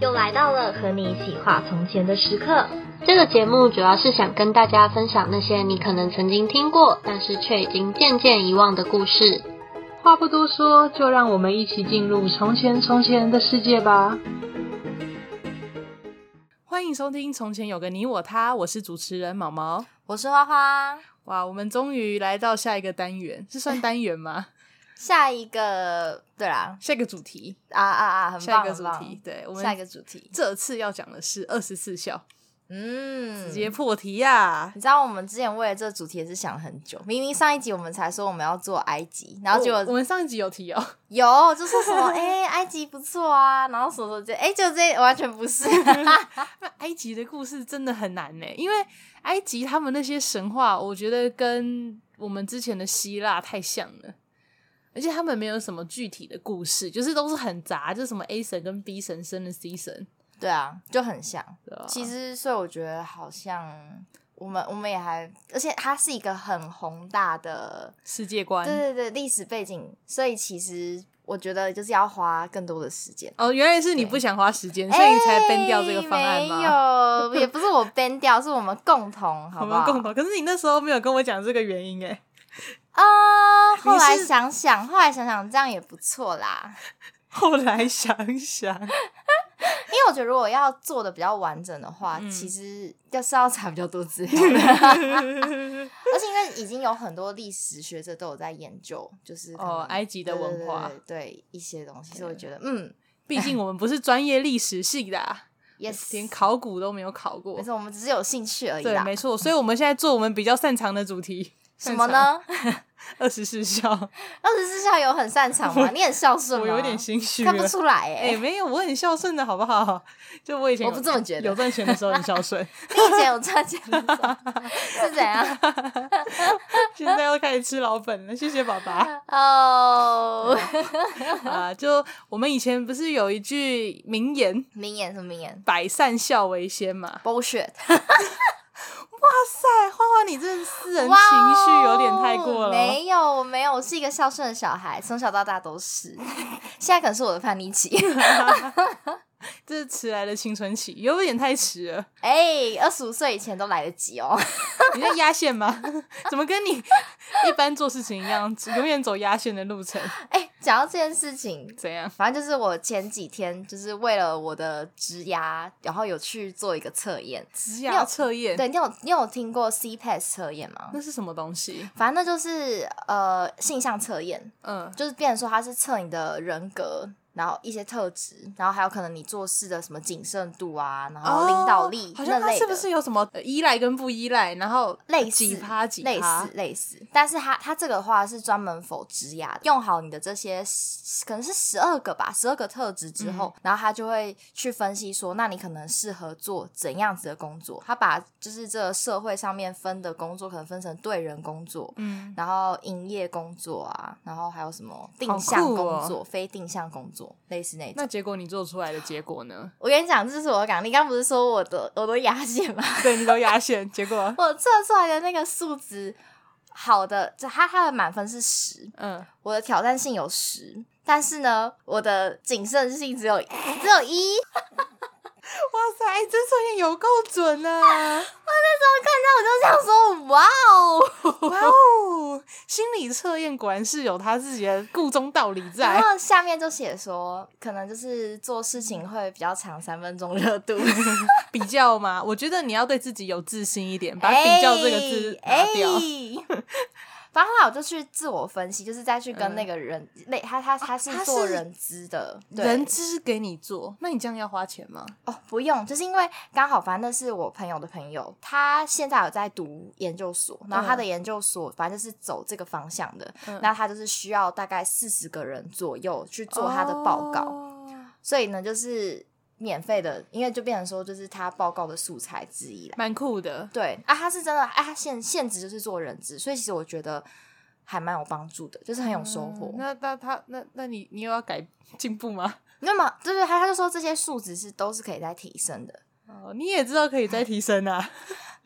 又来到了和你一起画从前的时刻。这个节目主要是想跟大家分享那些你可能曾经听过，但是却已经渐渐遗忘的故事。话不多说，就让我们一起进入从前从前的世界吧。欢迎收听《从前有个你我他》，我是主持人毛毛。我是花花。哇，我们终于来到下一个单元，是算单元 吗？下一个，对啦，下一个主题，啊啊啊，很下棒，一个很主棒题，对，我们下一个主题，这次要讲的是二十四孝，嗯，直接破题呀、你知道我们之前为了这个主题也是想了很久，明明上一集我们才说我们要做埃及，然后结我我果们上一集有提哦， 有就说什么哎、埃及不错啊，然后什么什么这哎、就这完全不是， 那埃及的故事真的很难呢，因为埃及他们那些神话，我觉得跟我们之前的希腊太像了。而且他们没有什么具体的故事，就是都是很杂，就是什么 A 神跟 B 神生了 C 神，对啊，就很像。对吧其实，所以我觉得好像我们我们也还，而且它是一个很宏大的世界观对对对，历史背景，所以其实我觉得就是要花更多的时间。哦，原来是你不想花时间，所以你才 ban 掉这个方案吗？吗？哎没有，也不是我 ban 掉，是我们 共同，好我不们好？共同。可是你那时候没有跟我讲这个原因 哎，啊、后来你是想想，后来想想，这样也不错啦。后来想想，因为我觉得如果要做的比较完整的话，嗯其实要是要查比较多 资料的，而且因为已经有很多历史学者都有在研究，就是可能哦埃及的文化对对对对一些东西，所以我觉得嗯，毕竟我们不是专业历史系的、啊，也连考古都没有考过没。错，我们只是有兴趣而已对，啦。没错，所以我们现在做我们比较擅长的主题， 什么呢？二十四孝。二十四孝有很擅长 吗？你很孝顺吗？我有点心虚了看不出来哎、哎、没有，我很孝顺的好不好？就我以前有我不这么觉得有赚钱的时候很孝 顺， 你以前有赚钱的时候是怎 样？现在要开始吃老本了，谢谢爸爸。哦， 啊，就我们以前不是有一句名言名言什么名“言百善孝为先”嘛？ ？bullshit！塞，花花，你这私人情哇哦绪有点太过了。哦没有，我没有，我是一个孝顺的小孩，从小到大都是。 现在可能是我的叛逆期。 这是迟来的青春期，有点太迟了。哎，二十五岁以前都来得及哦。 你在压线吗？ 怎么跟你一般做事情一样，永远走压线的路程？哎，讲到这件事情。怎样？反正就是我前几天就是为了我的职涯，然后有去做一个测验。职你压有测验，，对你有你有听过 CPAS 测验吗？那是什么东西？反正那就是呃性向测验，嗯，就是变成说它是测你的人格，然后一些特质，然后还有可能你做事的什么谨慎度啊，然后领导力、哦好那像它类是的，不是有什么呃依赖跟不依赖，然后呃类似几趴几类趴似？类似？但是它它这个的话是专门否职涯的，用好你的这些可能是十二个吧，十二个特质之嗯后，然后他就会去分析说，那你可能适合做怎样子的工作？他把就是这个社会上面分的工作，可能分成对人工作，嗯，然后营业工作啊，然后还有什么好定酷向工哦作、非定向工作，类似那那种。结果你做出来的结果呢？ 我跟你讲，这是我的岗。你刚不是说我的我都压线吗？ 对你都压线，结果我测出来的那个数值，好的，就它它的满分是十，嗯，我的挑战性有十，但是呢，我的谨慎性只有只有一。哇塞，哎这测验有够准 啊！那哦我看到我就想说，哇哦！哇哦，心理测验果然是有他自己的故中道理 在 然。后下面就写说，可能就是做事情会比较长三分钟热度。比较吗？我觉得你要对自己有自信一点，把“比较”这个字拿掉。哎 反正后来我就去自我分析，就是再去跟那个人，那、他他他嗯是啊他是做人资的，对人资给你做，那你这样要花钱吗？哦，不用，就是因为刚好，反正那是我朋友的朋友，他现在有在读研究所，然后他的研究所反正就是走这个方向的，嗯那他就是需要大概四十个人左右去做他的报告，哦所以呢就是免费的，因为就变成说就是他报告的素材之一啦。蛮、酷的。对啊，他是真的，哎、啊，他现现职就是做人质，所以其实我觉得还蛮有帮助的，就是很有收获。嗯那那他那那你你有要改进步吗？那么，对对，他他就说这些数值是都是可以再提升的。 哦，你也知道可以再提升啊。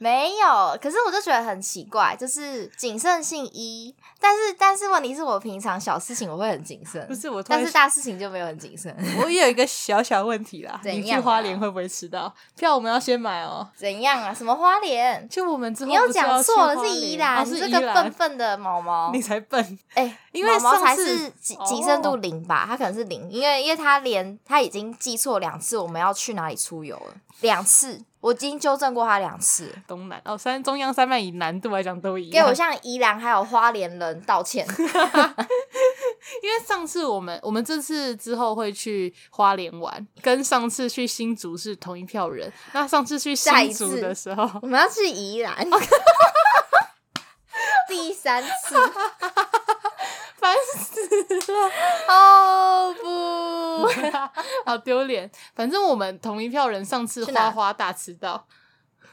没有，可是我就觉得很奇怪，就是谨慎性一，但是但是问题是我平常小事情我会很谨慎不，是我突然但是大事情就没有很谨慎， 我也有一个小小问题啦，怎你去样啊花莲会不会迟到？票我们要先买哦。怎样啊？什么花莲？就我们之后你又不是要讲去错了，花是莲宜哦兰，是你这宜个兰 笨笨的毛毛你，才笨，哎、因为毛毛上才次是谨谨慎度零吧，他可能是零，因为因为他连他已经记错两次我们要去哪里出游了，两次，我已经纠正过他两次，东南哦，山中央山脉以难度来讲都一给样。我向宜兰还有花莲人道 歉。因为上次我们我们这次之后会去花莲玩，跟上次去新竹是同一票人。那上次去下新一竹次的时候，我们要去宜兰， 第三次 烦死了。 哦不， 好丢脸。反正我们同一票人上次去花哪花大迟到，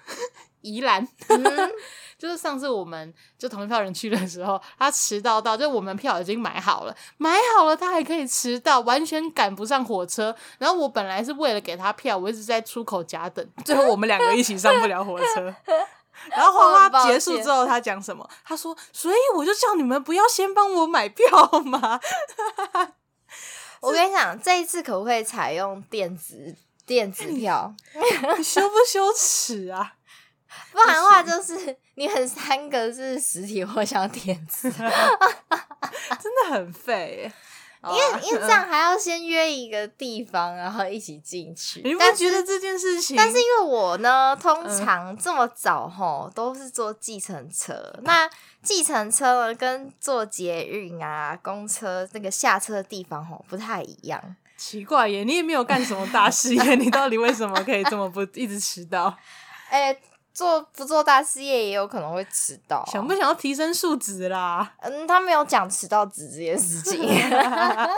宜兰，嗯就是上次我们就同一票人去的时候，他迟到到，就我们票已经买好了，买好了他还可以迟到，完全赶不上火车。然后我本来是为了给他票，我一直在出口夹等，最后我们两个一起上不了火 车。然后我花很抱花结歉束之后，他讲什么？他说：“所以我就叫你们不要先帮我买票 嘛。我跟你讲，这一次可不可以采用电子电子票？你羞不羞耻啊？” 不然的话就是你很三个是实体或像电子，真的很废、欸，因为 因为这样还要先约一个地方，然后一起进去。你不但觉得这件事情？但是因为我嗯呢，通常这么早吼都是坐计程车，那计程车呢跟坐捷运啊、公车那个下车的地方吼不太一样。奇怪耶，你也没有干什么大事业，你到底为什么可以这么不一直迟到？哎、做不做大事业也有可能会迟到啊、想不想要提升素质啦？ 嗯，他没有讲迟到值这件事情。嗯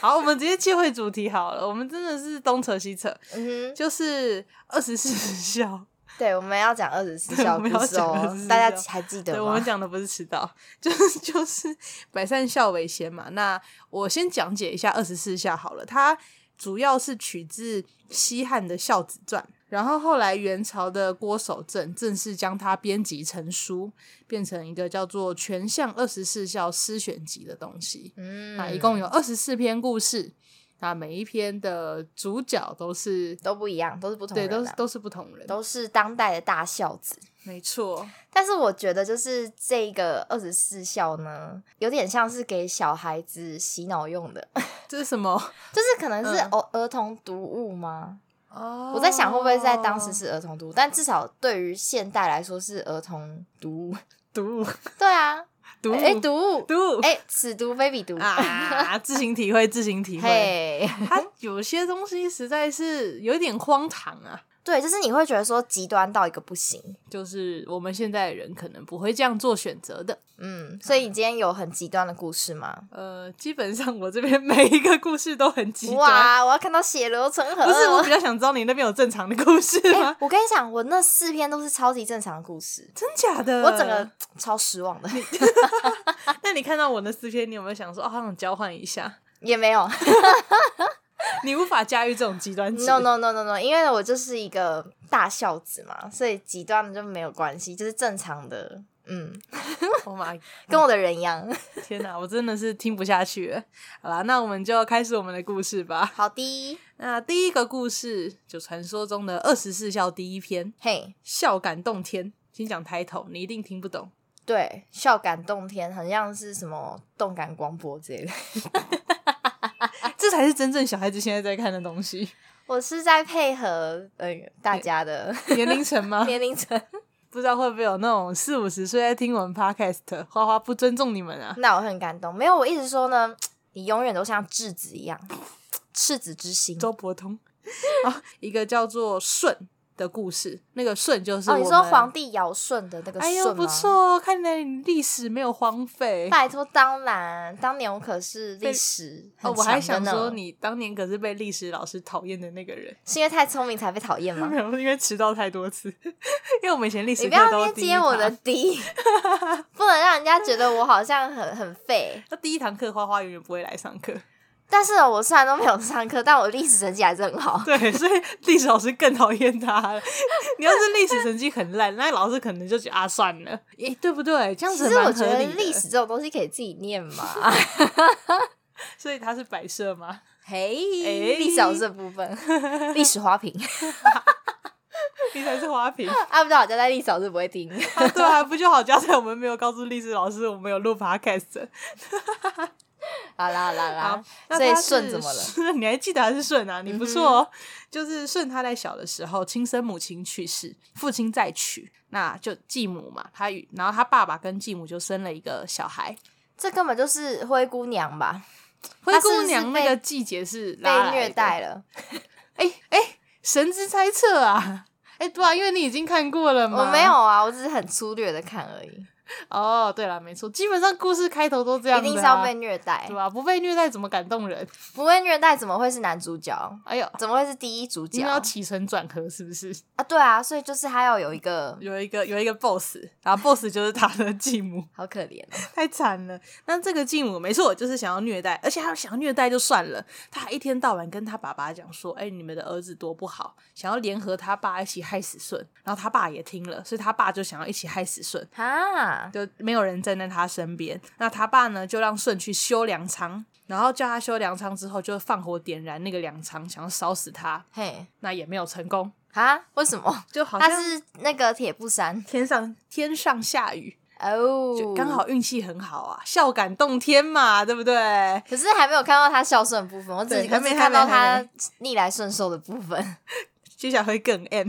好，我们直接切回主题好了。我们真的是东扯西扯， 嗯哼，就是二十四时效。对，我们要讲二十四孝 我故们要事讲哦24，孝大家还记得对，吗？我们讲的不是迟到， 就是就是百善孝为先嘛。那我先讲解一下二十四孝好了，它主要是取自西汉的《孝子传》，然后后来元朝的郭守正正式将它编辑成书，变成一个叫做《全项二十四孝诗选集》的东西。嗯啊那一共有二十四篇故事，那每一篇的主角都是都不一样，都是不同对，人啊、都是都是不同人，都是当代的大孝子。没错。但是我觉得，就是这个二十四孝呢，有点像是给小孩子洗脑用的， 这是什么？就是可能是哦嗯儿儿童读物吗？哦我在想会不会在当时是儿童读物，但至少对于现代来说是儿童读物。 读物对啊，读哎、物读物，读物 哎、此读非彼读，啊，自行体会，自行体会。 嘿，它有些东西实在是有点荒唐啊，对，就是你会觉得说极端到一个不行，就是我们现在的人可能不会这样做选择的。嗯，所以你今天有很极端的故事吗？呃，基本上我这边每一个故事都很极端。哇，我要看到血流成河，不是，我比较想知道你那边有正常的故事哎、吗？我跟你讲，我那四篇都是超级正常的故事，真假的？我整个超失望的，那你看到我的四篇，你有没有想说，哦，好想交换一下？也没有。你无法驾驭这种极端值。 No no no no no，因为我就是一个大孝子嘛，所以极端的就没有关系，就是正常的，嗯， Oh my 跟我的人一样。天哪，我真的是听不下去了。好啦，那我们就开始我们的故事吧。 好的，那第一个故事就传说中的二十四孝第一篇，嘿、孝感动天。先讲抬头，你一定听不懂。对，孝感动天，很像是什么动感广播之类的。 啊这才是真正小孩子现在在看的东 西。我是在配合呃大家的年龄层吗？ 年龄层，不知道会不会有那种四五十岁在听我们 podcast，花花不尊重你们啊！那我很感动。没有，我一直说呢，你永远都像质子一样，赤子之心。周伯通啊，一个叫做舜的故事，那个舜就是哦，我你们、说皇帝尧舜的那个哎呦舜吗不错哦，看来你历史没有荒废。拜托，当然，当年我可是历史哦很，我还强想的呢说，你当年可是被历史老师讨厌的那个人。是因为太聪明才被讨厌吗 没？有，因为迟到太多次。因为我们以前历史你不课要都捏第一接我的堂，底，不能让人家觉得我好像很很废。那第一堂课花花永远不会来上课。 但是哦我虽然都没有上课，但我历史成绩还是很好。对，所以历史老师更讨厌他了。 你要是历史成绩很烂，那老师可能就觉得啊算了，诶、对不对？这样其子实我蛮觉合得理的。历史这种东西可以自己念嘛， 所以他是摆设吗？ 嘿，哎历史老师的部分，历史花瓶， 你才是花瓶啊，不知道我家在历史老师不会听。 啊！对啊，不就好？加在我们没有告诉历史老师，我们有录 podcast。好啦好啦好好啦，， 那所以他是顺怎么了？嗯你还记得还是顺 啊？你不错哦。就是顺他在小的时候，亲生母亲去世，父亲再娶，那就继母嘛。他与然后他爸爸跟继母就生了一个小孩。这根本就是灰姑娘吧，灰他是不姑是娘那被个季节是被拉来虐的待了。哎哎，神之猜测啊！哎，对啊，因为你已经看过了嘛。我没有啊，我只是很粗略的看而已，哦，对了，没错，基本上故事开头都这样、一子啊，定是要被虐待对，吧、不被虐待怎么感动人？不被虐待怎么会是男主角？哎呦，怎么会是第一主因角为要起承转合，是不是？啊？对啊，所以就是他要有一个有一个有一个 boss，然后 boss 就是他的继母，好可怜哦，太惨了。那这个继母没错，就是想要虐待，而且他想要虐待就算了，他还一天到晚跟他爸爸讲说：“哎、你们的儿子多不好，想要联合他爸一起害死舜。”然后他爸也听了，所以他爸就想要一起害死舜。哈，就没有人站在他身边。那他爸呢，就让舜去修粮仓，然后叫他修粮仓之后，就放火点燃那个粮仓，想要烧死他。嘿，那也没有成功，哈，为什么？就好像他是那个铁布衫天上天上下雨，就哦，刚好。运气很好啊，孝感动天嘛，对不对？可是还没有看到他孝顺的部分，我只对我还没只看还到没还他逆来顺受的部 分。接下来会更 M。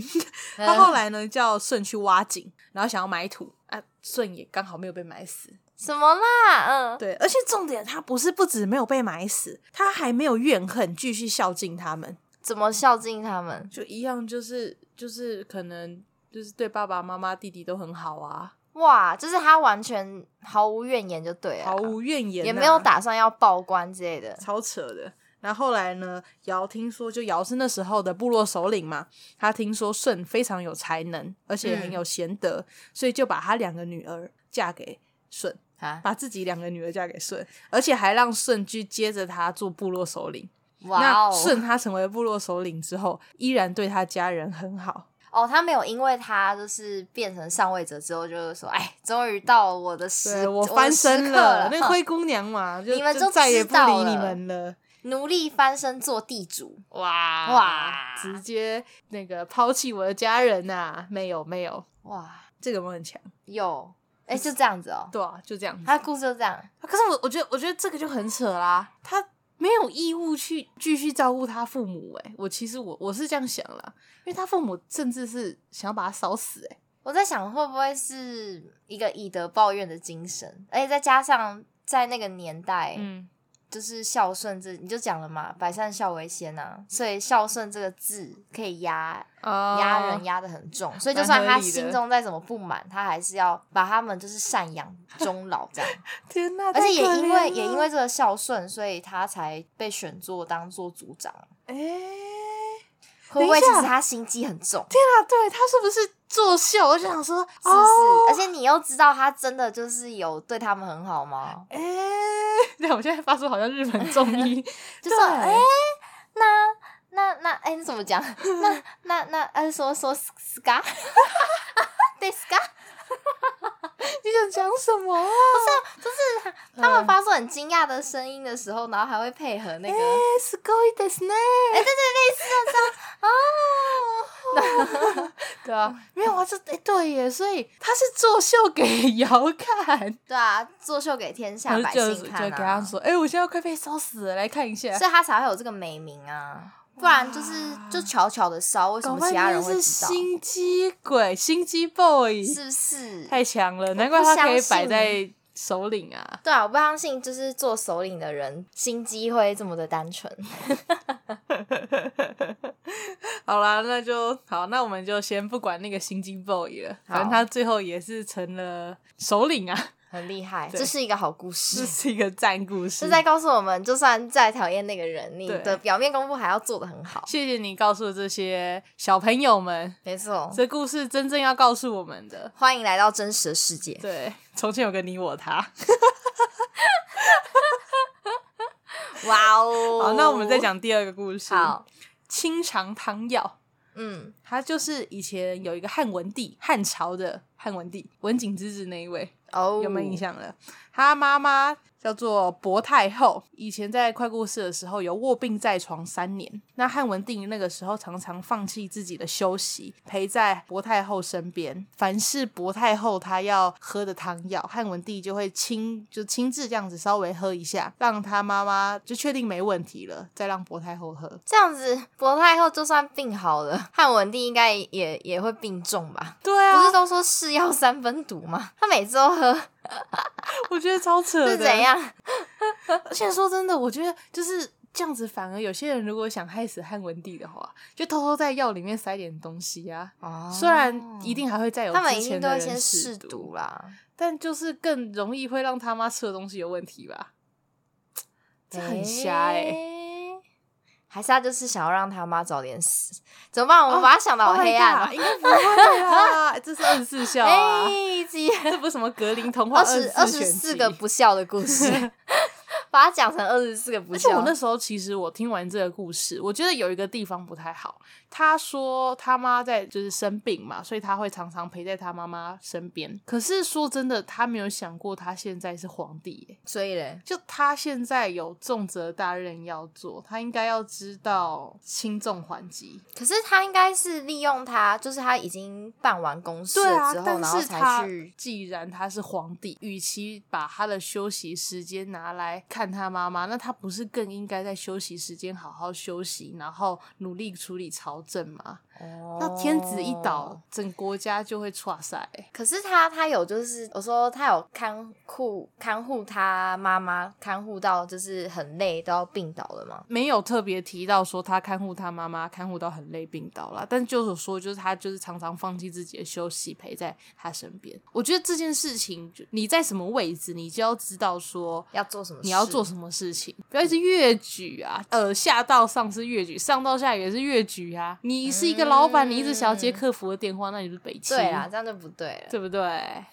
他嗯后来呢，叫舜去挖井，然后想要埋土啊，舜也刚好没有被埋死，什么啦？嗯，对，而且重点他不是不止没有被埋死，他还没有怨恨，继续孝敬他们。怎么孝敬他们？就一样，就是就是可能就是对爸爸妈妈、弟弟都很好啊，哇，就是他完全毫无怨言就对了，啊毫无怨言、啊也没有，打算要报官之类的。超扯的。然后后来呢，尧听说，就尧是那时候的部落首领嘛，他听说舜非常有才能，而且很嗯有贤德，所以就把他两个女儿嫁给舜，啊，把自己两个女儿嫁给舜，而且还让舜去接着他做部落首领。哇那哦，舜他成为部落首领之后，依然对他家人很好，哦，他没有因为他就是变成上位者之后，就是说，哎，终于到我的时，对我我翻的时身刻了了，，那哼灰姑娘嘛，就你们就就再也知不道理你了们了，奴隶翻身做地主，哇哇直接那个抛弃我的家人呐、没有没有，哇，这个我很强，有，哎，就这样子哦，对啊，就这样子。他的故事就这样，可是我我觉得我觉得这个就很扯啦，他没有义务去继续照顾他父母、欸，我其实我我是这样想啦，因为他父母甚至是想要把他烧死、欸，我在想会不会是一个以德报怨的精神，而且再加上在那个年代，嗯，就是孝顺这，你就讲了嘛，百善孝为先啊，所以孝顺这个字可以压啊呃压人压得很重，所以就蛮合算他理的心中再怎么不满，他还是要把他们就是赡养终老 这样。天呐，而且也太可因为怜也因了为这个孝顺，所以他才被选做当做组长。哎。会不等会一其下实他心机很重？啊，对他是不是作秀？我就想说，是不是？哦，而且你又知道他真的就是有对他们很好吗？哎、 对，我现在发出好像日本综 艺，就对说哎、那那那哎、你怎么讲？ 那那那呃，什么什么 ska？对 ska，你想讲什么啊？他嗯们发出很惊讶的声音的时候，然后还会配合那个、哎，すごいですね。哎， 对对对，是这样哦。对啊，没有啊，这哎、对耶，所以他是作秀给姚看，对啊，作秀给天下然百后就姓就给看、啊、他说，哎、我现在快被烧死了，来看一下。所以他才会有这个美名啊，不然就是哇就悄悄的烧，为什搞么半其他人天会是知道？心机鬼，心机 boy，是不是？太强了，难怪他可以摆相信在首领啊。对啊，我不相信，就是做首领的人心机会这么的单纯。好啦，那就好，那我们就先不管那个心机 boy 了，好反正他最后也是成了首领 啊，很厉害，对这是一个好故这事，是一个赞故这事。在告诉我们，就算再讨厌那个人，你对的表面功夫还要做的很好。谢谢你告诉这些小朋友们，没错，这故事真正要告诉我们的。欢迎来到真实的世界。 对，从前有个你我他。哇哦！好，那我们再。讲第二个故事。好，，清肠汤药，嗯，他就是以前有一个汉文帝，汉朝的汉文帝，文景之治那一位，哦，有没有印？象了？他妈妈叫做薄太后，以前在快故事的时候有卧病在床三年。那汉文帝那个时候常常放弃自己的休息，陪在薄太后身边。凡是薄太后她要喝的汤药，汉文帝就会亲就亲自这样子稍微喝一下，让他妈妈就确定没问题了，再让薄太后喝。这样子，薄太后就算病好了，汉文帝应该也也会病重吧？对啊不是都说是药三分毒吗？他每次都喝我觉得超扯的。是怎样？而且说真的，我觉得就是这样子，反而有些人如果想害死汉文帝的话，就偷偷在药里面塞点东西啊。哦虽然一定还会再有他们之一定前都的会人先试试毒，啦，但就是更容易会让他妈吃的东西有问题吧。这很瞎哎、欸还是他就是想要让他妈早点死？怎么办？我们哦把他想的好 Oh my 黑 god，暗啊！应该不会啦， 这是二十四孝 啊，哎，自己这不是什么格林童话二十二十选四集个不孝的故事， 把它讲成二十四个不而且孝。我那时候其实我听完这个故事，我觉得有一个地方不太好。他说他妈在就是生病嘛，所以他会常常陪在他妈妈身边。可是说真的，他没有想过他现在是皇帝耶，所以嘞，就他现在有重责大任要做，他应该要知道轻重缓急。可是他应该是利用他，就是他已经办完公事对了啊之，后，但然后是他才去。既然他是皇帝，与其把他的休息时间拿来看他妈妈，那他不是更应该在休息时间好好休息，然后努力处理朝政吗？那天子一哦倒，整国家就会垮塞、可是他他有就是我说他有看护看护他妈妈，看护到就是很累都要病倒了吗？没有特别提到说他看护他妈妈，看护到很累病倒啦。但就是说，就是他就是常常放弃自己的休息，陪在他身边。我觉得这件事情，就你在什么位置，你就要知道说要做什么你要做么？什么事情，不要一直越举啊，呃，下到上是越举，上到下也是越举啊。你是一个老板，嗯你一直想要接客服的电话，那你就是北欺，对啊啦，这样就不对了。对不对？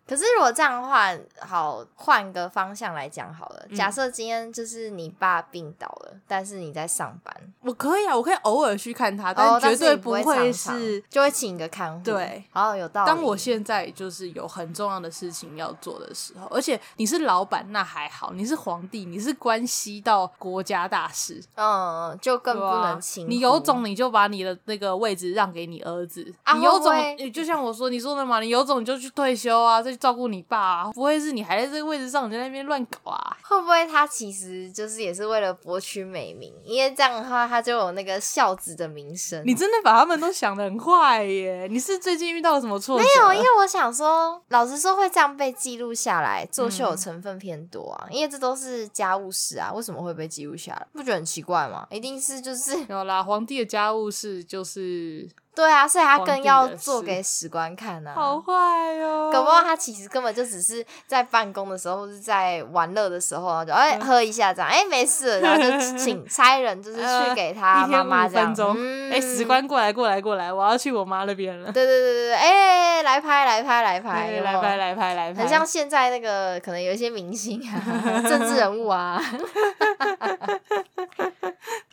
可是如果这样换，好换个方向来讲好了。嗯假设今天就是你爸病倒了，但是你在上班，我可以啊，我可以偶尔去看他，哦绝对但是你不会常是常就会请一个看护。对好有道理。当我现在就是有很重要的事情要做的时候，而且你是老板那还好，你是皇帝，你是关系到国家大事，嗯，就更对不啊能轻忽。你有种你就把你的那个位置让给你儿子，啊你有种会不会你就像我说你说的嘛，你有种你就去退休啊，再去照顾你爸啊，不会是你还在这个位置上你在那边乱搞啊？会不会他其实就是也是为了博取美名？因为这样的话，他就有那个孝子的名声。你真的把他们都想的很坏耶！你是最近遇到了什么挫折？没有，哦因为我想说，老实说，会这样被记录下来，作秀的成分偏多啊，嗯因为这都是家务事啊，为什么会被记录下来？不觉得很奇怪吗？一定是就是有啦，皇帝的家务事就是对啊，所以他皇更帝要的做事给史官看啊。好坏哦，搞不好他其实根本就只是在办公的时候，或是在玩乐的时候，然后就哎、嗯喝一下这样，哎、没事了，然后就 请差人就是去呃给他一妈天妈五这样。分钟。嗯哎、史官过来，过来，过来，我要去我妈那边了。对对对对对，哎、来拍来拍来拍，对有没来有拍，来拍，来拍，哦很像现在那个可能有一些明星啊、 政治人物 啊，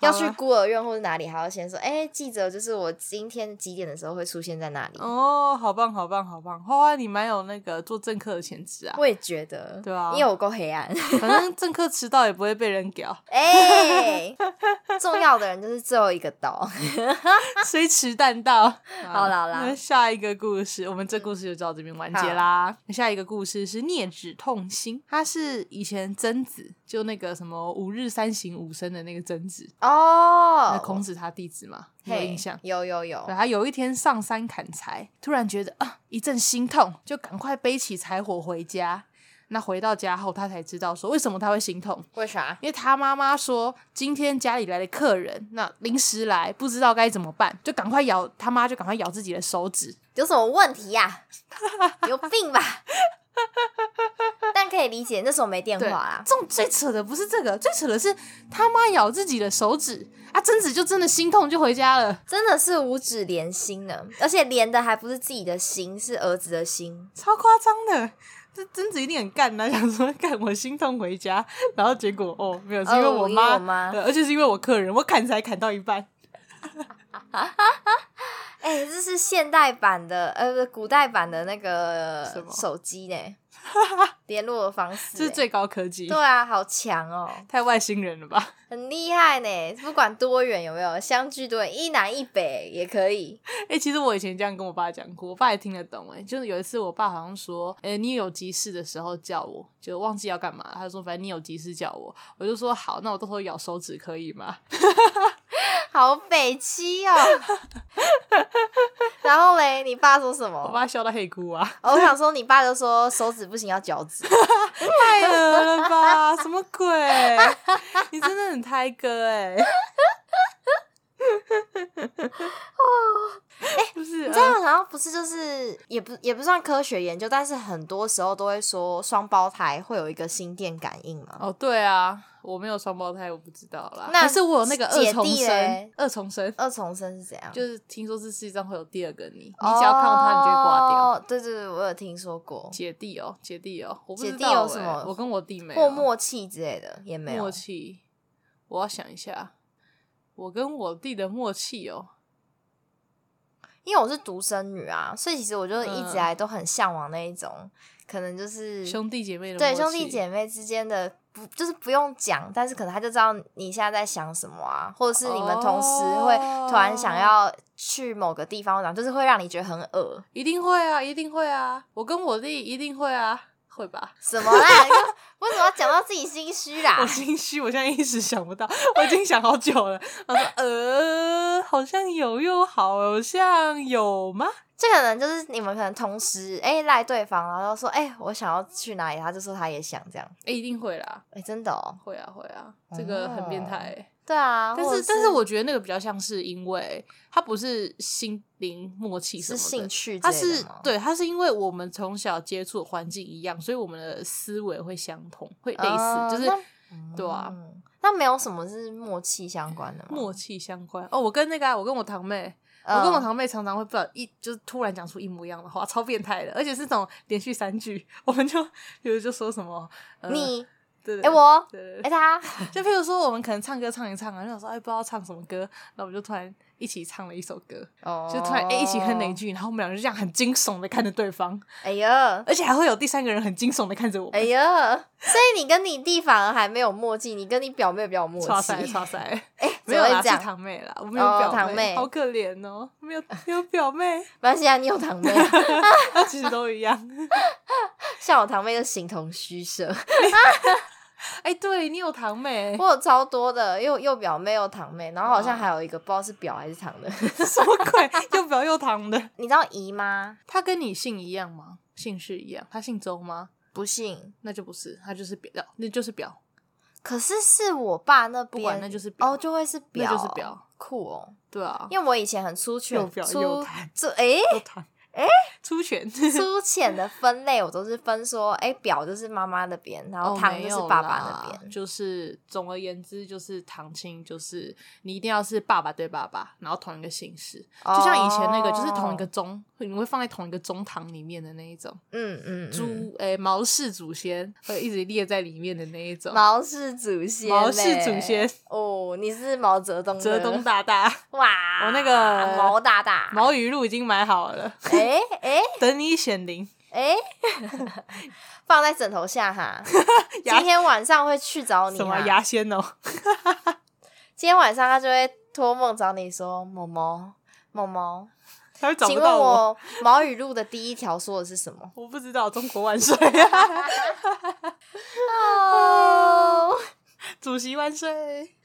要啊去孤儿院或者哪里，还要先说，哎、记者就是我今天几点的时候会出现在那里。哦，好棒，好棒，好棒！花花，你蛮有那个做政客的潜质 啊。我也觉得，对啊因为我够黑暗。反正政客迟到也不会被人屌， 哎、重要的人就是最后一个 到。虽迟但到。 好啦好啦那下一个故事，我们这故事就到这边完结啦。下一个故事是啮指痛心，他是以前曾子，就那个什么五日三省吾身的那个曾子，那哦，孔子他弟子嘛，你有嘿哦印象？有有有对，他有一天上山砍柴，突然觉得啊一阵心痛，就赶快背起柴火回家。那回到家后，他才知道说为什么他会心痛，为啥？因为他妈妈说今天家里来的客人，那临时来不知道该怎么办，就赶快咬他妈就赶快咬自己的手指。有什么问 题呀、有病吧？但可以理解，那时候没电话啊对啦，。这种最扯的不是这个，最扯的是他妈咬自己的手指啊！贞子就真的心痛就回家了，真的是五指连心呢，而且连的还不是自己的心，是儿子的心。超夸张的。这贞子一定很干呐、想说干我心痛回家，然后结果哦没有，是因为哦我因为妈，呃我妈对而且是因为我客人，我砍柴砍到一半，哎、这是现代版的，呃，不是古代版的那什个么手机 呢，联络的方式、这是最高科技，对啊，好强哦，太外星人了吧？很厉害呢。不管多远有没有，相距多远，一南一北也可以。 哎、其实我以前这样跟我爸讲过，我爸也听得懂、哎，就是有一次我爸好像说，哎、你有急事的时候叫我，就忘记要干嘛，他就说反正你有急事叫我，我就说好，那我到时候咬手指可以吗？好北 七哦。然后嘞，你爸说什么？我爸笑到黑哭啊！哦我想说，你爸就说手指不行要脚 趾，太恶了吧？什么鬼？你真的很胎哥哎、哦， 哎、不是你知道，然后不是就是也不也不算科学研究，但是很多时候都会说双胞胎会有一个心电感应嘛。呃哦，对啊，我没有双胞胎，我不知道啦。那还是我有那欸个二重姐弟生嘞，二重生二重生是怎样？就是听说这世界上会有第二个你，你啊哦只要看到他，你就会挂掉。对对对，我有听说过，姐弟哦，姐弟哦，我不姐知弟道、有什么我跟我弟没有或默契之类的也没有默。契，我要想一下，我跟我弟的默契哦，因为我是独生女啊，所以其实我就一直嗯以来都很向往那一种，可能就是兄弟姐妹的对默兄契弟姐妹之间的不就是不用讲，但是可能他就知道你现在在想什么啊，或者是你们同时会突然想哦要去某个地方，然后就是会让你觉得很恶一定会啊，一定会啊！我跟我弟一定会啊，会 吧？什么啦？你看为什么要讲到自己心虚啦我？心虚，我现在一时想不到，我已经想好久了。 我说，呃，好像有，又好像有 吗？这可能就是你们可能同时哎赖、对方，然后说哎、我想要去哪里，他就说他也想这样，哎、一定会啦，哎、真的哦，会啊，会啊，这个很变态欸、对啊，但或是，者但是我觉得那个比较像是因为它不是心灵默契什是么兴的，趣之它类的吗，是对，它是因为我们从小接触的环境一样，所以我们的思维会相同，会类似，哦就是那对啊嗯那没有什么是默契相关的吗？默契相关。哦，我跟那个啊、我跟我堂妹，嗯我跟我堂妹常常会不小一就是突然讲出一模一样的话，超变态的，而且是那种连续三句，我们就比如就说什么、呃、你对对哎我对对对 哎他，就譬如说我们可能唱歌唱一唱啊，就想说哎不知道唱什么歌，然后我们就突然一起唱了一首歌，就突然哎一起哼了一句，然后我们俩就这样很惊悚的看着对方，哎呀而且还会有第三个人很惊悚的看着我们， 哎呀，所以你跟你弟反而还没有默契，你跟你表妹比较有默刷契塞。刷 塞，哎，没有怎么啦会是这样，堂妹啦，我没有哦表妹，堂妹好可怜哦，没 有没有表妹。 没关系啊，你有堂妹啊，其实都一样。 像我堂妹就形同虚设。 哎、对你有堂 妹，我有超多的，又又表妹又堂妹，然后好像还有一个不知道是表还是堂 的。什么鬼？又表又堂的，你知道姨妈 他跟你姓一样吗？姓氏一样？他姓周吗？不信，那就不是，他就是表，那就是表。可是是我爸那边，不管那就是表哦，就会是那表，就是表，酷哦。对 啊，因为我以前很粗又浅，表又粗弹这诶又堂，哎出拳。粗浅的分类，我都是分说，诶表就是妈妈那边，然后哦堂没就是有爸爸那啦边。就是总而言之，就是堂亲，就是你一定要是爸爸对爸爸，然后同一个姓氏，就像以前那个，就是同一个哦，宗，你会放在同一个宗堂里面的那一种。嗯嗯，嗯猪诶、毛氏祖先会一直列在里面的那一种。毛氏祖先嘞，毛氏祖先哦，你是毛泽东的，泽东大 大，哇，我那个毛大大，毛语录已经买好了，诶诶等你显灵。诶， 放在枕头下哈，今 牙天晚上会去找你啊什么哈，牙仙哦？ 今天晚上他就会托梦找你说，某某某某，他会找请不问到我，我毛语录的第一条说的是什么？ 我不知道。中国万岁，哦，主席万岁。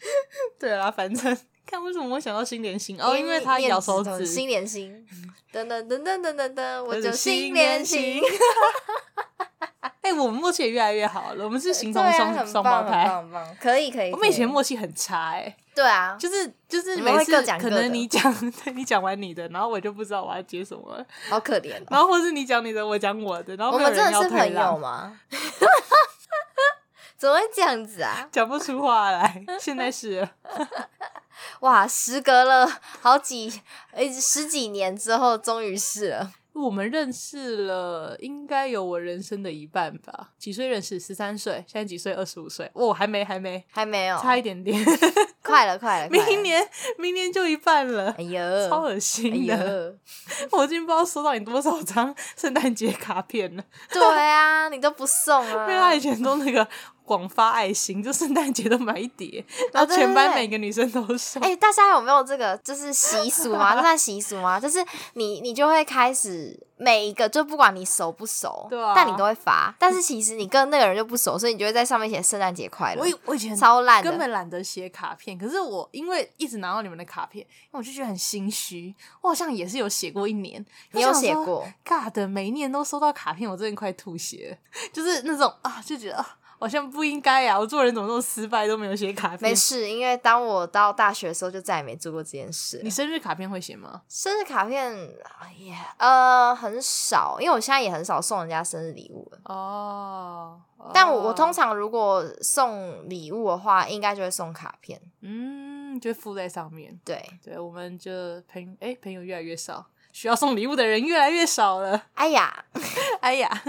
对啦，反 正看为什么我想到新连心哦，因为你他念咬手指头指，心连心，噔噔噔噔噔噔噔，我我就是心新 连连心心， 哎、我们默契也越来越好了。我们是形同对啊双很双胞棒很胎。棒很棒，可以可以。我们以前可默契很差哎、对啊，就是就是我们每会次各讲可各的能你讲 对你讲完你的，然后我就不知道我要接什么了，好可 怜哦。然后或是你讲你的，我讲我的，然后我没有们真人的要是退朋友让，吗？ 怎么会这样子啊？讲不出话来。 现在是了哇，时隔了好几呃十几年之后，终于是了。我们认识了，应该有我人生的一半吧。几岁认识？十三岁，现在几岁？二十五岁。哦，还没，还没，还没有，差一点 点。快了，快了，哦快了明，年，明年就一半了，哎呦，超恶哎心的。呦，我已经不知道收到你多少张圣诞节卡片了，对啊，你都不送啊， 因哎为他以前都那个广发爱心，就圣诞节都买一叠，然后对全班啊对对每个女生都收。哎、大家有没有这个就是习俗吗？ 这算习俗吗？就是你你就会开始每一个，就不管你熟不熟，对啊但你都会发。但是其实你跟那个人就不熟，所以你就会在上面写圣诞节快乐我。以我以前超烂的根本懒得写卡片。可是我因为一直拿到你们的卡片，因为我就觉得很心虚。我好像也是有写过一年，你有写过尬的，每一年都收到卡片，我真的快吐血了，就是那种啊，就觉得啊，好像不应该啊呀，我做人怎么这么失败，都没有写卡片没。事，因为当我到大学的时候，就再也没做过这件事你。生日卡片会写吗？生日卡片也、呃很少，因为我现在也很少送人家生日礼物了。哦，但我我哦通常如果送礼物的话，应该就会送卡片。嗯，就附在上面。对，对，我们就朋哎、朋友越来越少，需要送礼物的人越来越少了。哎 呀，哎呀，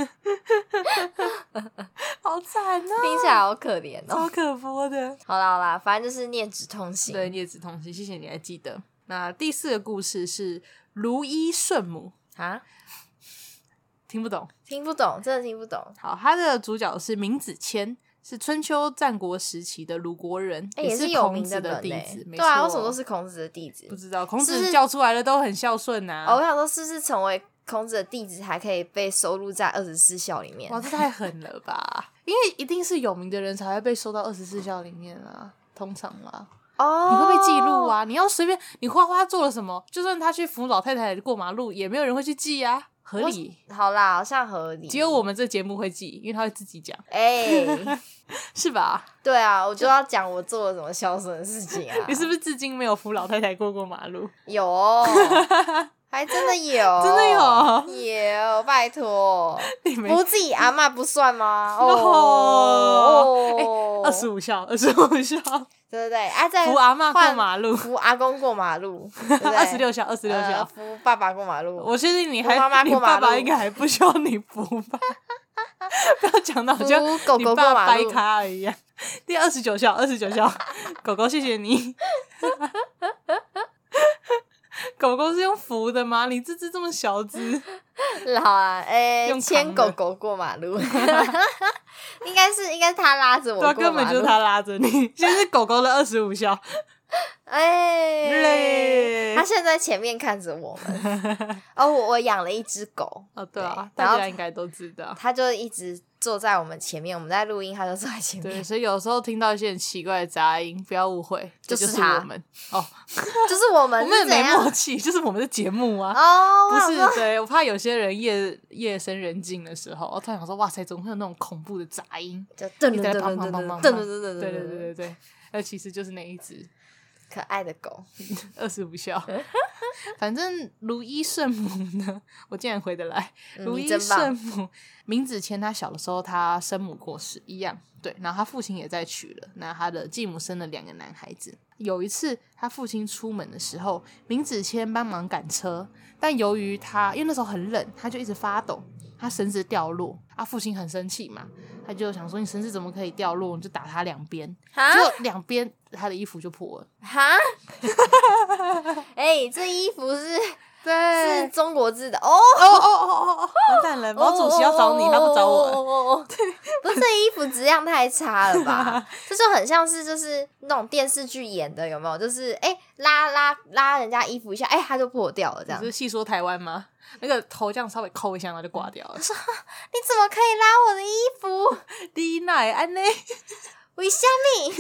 好惨啊！听起来好可怜哦。超可播的。 好啦好啦，反正就是念指通行。对，镊子同行，谢谢你还记得。那第四个故事是如一顺母，啊，听不懂。听不懂，真的听不懂。好，它的主角是闵子骞，是春秋战国时期的鲁国人，哎、也是有孔名子人弟呢、子。没对啊，错为什么都是孔子的弟子不？知道？孔是子叫出来了都很孝顺啊呐、哦，我想说，是不是成为孔子的弟子还可以被收录在二十四孝里面哇，？这太狠了吧！ 因为一定是有名的人才会被收到二十四孝里面啊，通常啦。哦你会被记录？啊！你要随便你花花做了什么，就算他去扶老太太过马路，也没有人会去记啊，合理。好啦，好像合理。只有我们这节目会记，因为他会自己讲， 哎、是吧？对啊，我就要讲我做了什么孝顺的事情啊。 你是不是至今没有扶老太太过过马路？有？哦 还真的有，真 的有有，拜托，你没扶自己阿嬷不 算吗？哦，二十五孝，二十五孝，对对对，啊，再扶阿嬷换过马路扶阿公过马路，对不对二十六孝，二十六呃孝。扶爸爸过马路。我确定你扶还妈妈你过马爸爸路应该还不需要你扶吧？ 不要讲到好像扶狗你狗过爸马掰路咖了一样。第二十九孝，二十九孝，狗狗谢谢你。狗狗是用扶的吗？你这只这么小只，好啊，哎、用扛牵的狗狗过马路， 应该是应该是他拉着我对啊，过根本马就是路。它拉着你。现在是狗狗的二十五孝，哎、累他现在前面看着我们。 哦，我我养了一只狗，哦，对啊，对然大后家应该都知道。它就一直坐在我们前面，我们在录音，它就坐在前对，面，所以有时候听到一些很奇怪的杂音，不要误会，这就是是它我们哦，就是我我们们也是怎没默样？契，就是我们的节目啊。哦，不我想是说，对我怕有些人夜夜深人静的时候，我突然想说，哇塞，怎么会有那种恐怖的杂音？就噔一噔直在噔砰砰噔噔砰噔砰噔砰噔对噔对对噔，对对，那其实就是那一只可爱的狗。二十五 孝。反正如一圣母呢，我竟然回得来。嗯如你一真棒圣母，闵子骞他小的时候，他生母过世，一样对，然后他父亲也在娶了，那他的继母生了两个男孩子。有一次，他父亲出门的时候，闵子骞帮忙赶车，但由于他因为那时候很冷，他就一直发抖，他绳子掉落，啊，父亲很生气嘛，他就想说你绳子怎么可以掉落，你就打他两边，啊结果两边他的衣服就破了，哈， 哎、这衣服是 对是中国制的哦。哦哦哦哦哦，完蛋了，毛主席要找你，他不找哦我。我。不是，这衣服质量太差了吧？这就很像是就是那种电视剧演的，有没有？就是哎、拉拉拉人家衣服一下，哎、它就破掉了这你样。不你是细说台湾吗？那个头这样稍微抠一下，然后就挂掉了。嗯 怎么可以拉我的衣服？丽奈安内，为虾米？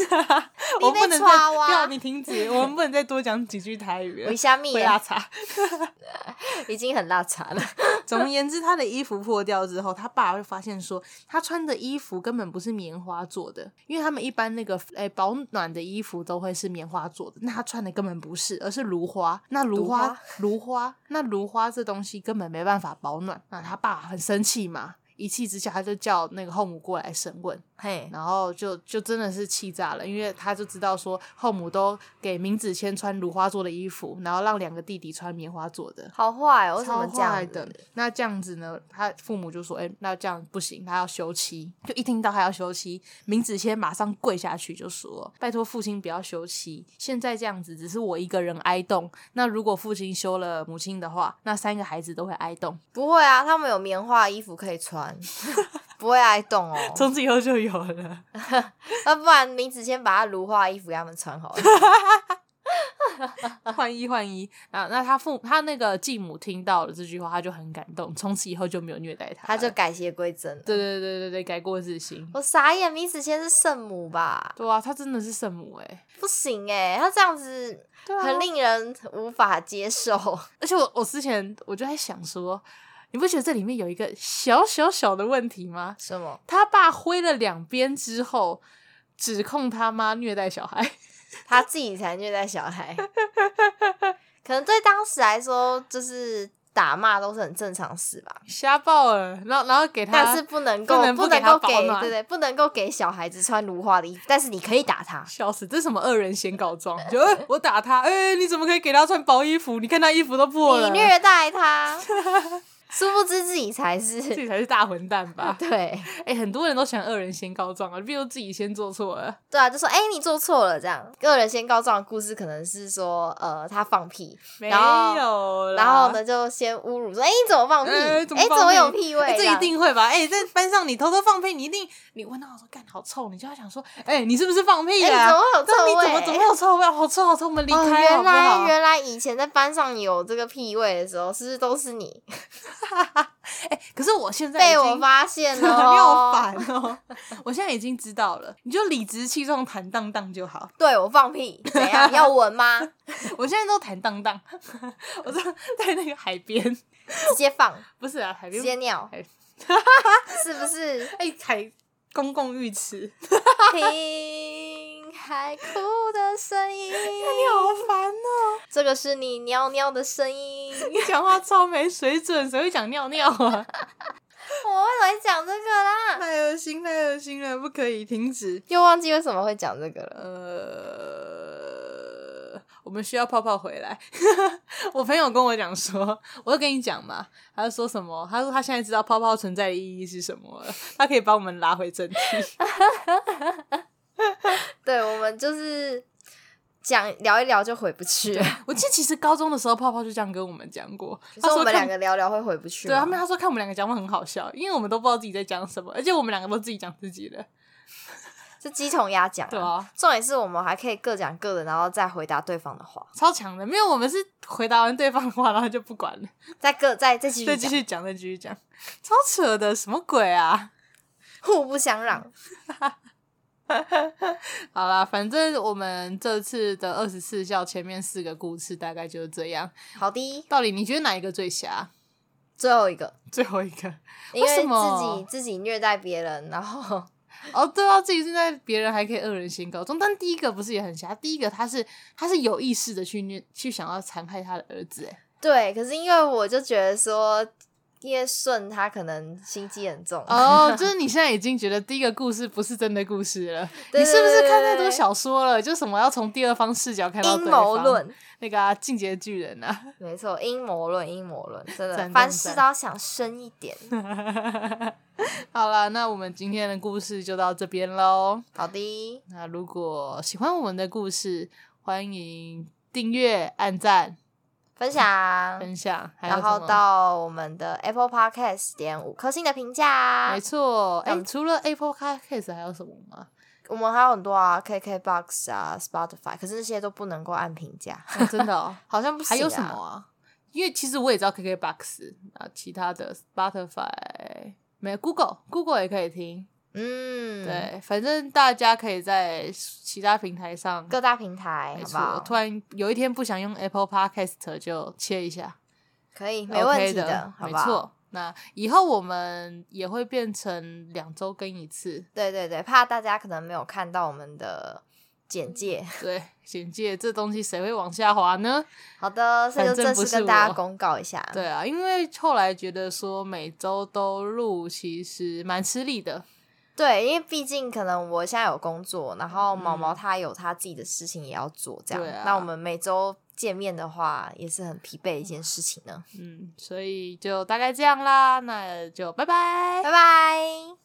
我不能再抓哇不要你停止，我们不能再多讲几句台语 了为。虾米会？拉茶。已经很拉碴了。总而言之，他的衣服破掉之后，他爸就发现说，他穿的衣服根本不是棉花做的，因为他们一般那个诶、保暖的衣服都会是棉花做的，那他穿的根本不是，而是芦花。那芦花，芦花，那芦花这东西根本没办法保暖。那他爸很生气嘛，一气之下，他就叫那个后母过来审问， 嘿，然后就就真的是气炸了，因为他就知道说后母都给明子谦穿芦花做的衣服，然后让两个弟弟穿棉花做的，好坏哦，为什超么这样坏子的。那这样子呢，他父母就说：“哎、那这样不行，他要休妻。”就一听到他要休妻，明子谦马上跪下去就说：“拜托父亲不要休妻，现在这样子只是我一个人哀动。那如果父亲休了母亲的话，那三个孩子都会哀动。不会啊，他们有棉花衣服可 以穿，不会挨冻哦。从此以后就有了。 那不然明子先把他芦花衣服给他们穿好了。换衣换衣啊！那他父他那个继母听到了这句话，他就很感动，从此以后就没有虐待他了，他就哦改邪归正。对，对对对对改过自新。我傻眼，明子谦是圣母吧？对啊，他真的是圣母哎、不行哎、他这样子对啊很令人无法接受。 而且我我之前我就在想说，你不觉得这里面有一个小小小的问题吗？什么？他爸挥了两边之后，指控他妈虐待小孩， 他自己才虐待小孩，可能对当时来说就是打骂都是很正常事吧。瞎爆了，然后然后给他，但是不能够不能不能给他够保给暖对对，不能够给小孩子穿芦花的衣服，但是你可以打他。笑死，这是什么恶人先告状？ 就、哎我打他，哎、你怎么可以给他穿薄衣服？你看他衣服都破了，你虐待他，殊不知自己才 自是？己才是大混蛋吧 对哎、很多人都喜欢恶人先告状啊，比如自己先做错了，对啊，就说哎、你做错了这样。个人先告状的故事可能是说，呃，他放屁，没然后有啦，然后呢就先侮辱说，哎、你怎么放屁？哎、啊哎、怎怎么放么有屁味？哎这样一定会吧？哎、在班上你偷偷放屁，你一定你闻到我说干好臭，你就要想说，哎、你是不是放屁哎、啊？怎么会有那臭你味？怎么怎么会有臭味？好臭好臭，我们离哦，开好原不好？来原来以前在班上有这个屁味的时候，是不是 都是你哎、可是我现在已被我经。发现了？你好烦哦！我现在已经知道了，你就理直气壮、坦荡荡就好。对我放屁，怎 样？你要闻吗？我现在都坦荡荡，我在在那个海边，直接 放，不是啊，海直边接 尿哎，是不 是？哎、海公共浴池，听海哭的声 音，好烦哦！这个是你尿尿的声音。你讲话超没水准，谁会讲尿尿啊？我为什么会讲这个啦？太恶心，太恶心了，不可以停止。又忘记为什么会讲这个了。呃，我们需要泡泡回来。 我朋友跟我讲说，我就跟你讲嘛，他就说什么？他说他现在知道泡泡存在的意义是什么了，他可以把我们拉回正题。 对，我们就是讲聊一聊就回不去了。我记得其实高中的时候，泡泡就这样跟我们讲过，他所以我们看两个聊聊会回不去吗。对他们他说看我们两个讲话很好笑，因为我们都不知道自己在讲什么，而且我们两个都自己讲自己啊的，是鸡同鸭讲、对啊，重点是我们还可以各讲各的，然后再回答对方的话，超强的。没有，我们是回答完对方的话，然后就不管了。再各再再继再续继讲，续讲，再继续讲，超扯的，什么鬼啊！互不相让。好啦，反正我们这次的二十四孝前面四个故事大概就是这样。好的，到底你觉得哪一个最瞎？最后一个，最后一个因为为什自己么自己虐待别人，然后哦，对啊，自己是在别人还可以恶人先告状，但第一个不是也很瞎？第一个他是他是有意识的去虐去想要残害他的儿子，哎，对，可是因为我就觉得说，因为顺他可能心机很重， 哦，就是你现在已经觉得第一个故事不是真的故事了，对你是不是看太对对多小说了？就什么要从第二方视角看到阴对谋方论，那个啊，《进阶巨人》啊。没错，阴谋论，阴谋论，真的赞凡赞事赞都要想深一点。 好啦，那我们今天的故事就到这边喽。好的，那如果喜欢我们的故事，欢迎订阅、按赞、分享，嗯分享，还有然后什么到我们的 Apple Podcast 点五颗星的评价，没错。哎、嗯除了 Apple Podcast 还有什么吗？我们还有很多啊，KKBox 啊，Spotify，可是那些都不能够按评价，哦真的哦，好像不行、啊。还有什么？啊？因为其实我也知道 KKBox 啊，其他的 Spotify 没有 Google Google 也可以听。嗯，，对，反正大家可以在其他平台上。各大平台没，好错不，好？突然有一天不想用 Apple Podcast 就切一下。可以，没问题 OK 的，好没不好？错。那以后我们也会变成两周更一次，对对对，怕大家可能没有看到我们的简介。对， 简介这东西谁会往下滑呢？好的，这反就正正不式是跟大家我公告一下。对啊，因为后来觉得说每周都录其实蛮吃力的，对，因为毕竟可能我现在有工作，然后毛毛嗯他有他自己的事情也要做，这样。对啊那我们每周见面的话，也是很疲惫的一件事情呢。嗯，所以就大概这样啦，那就拜拜拜。拜。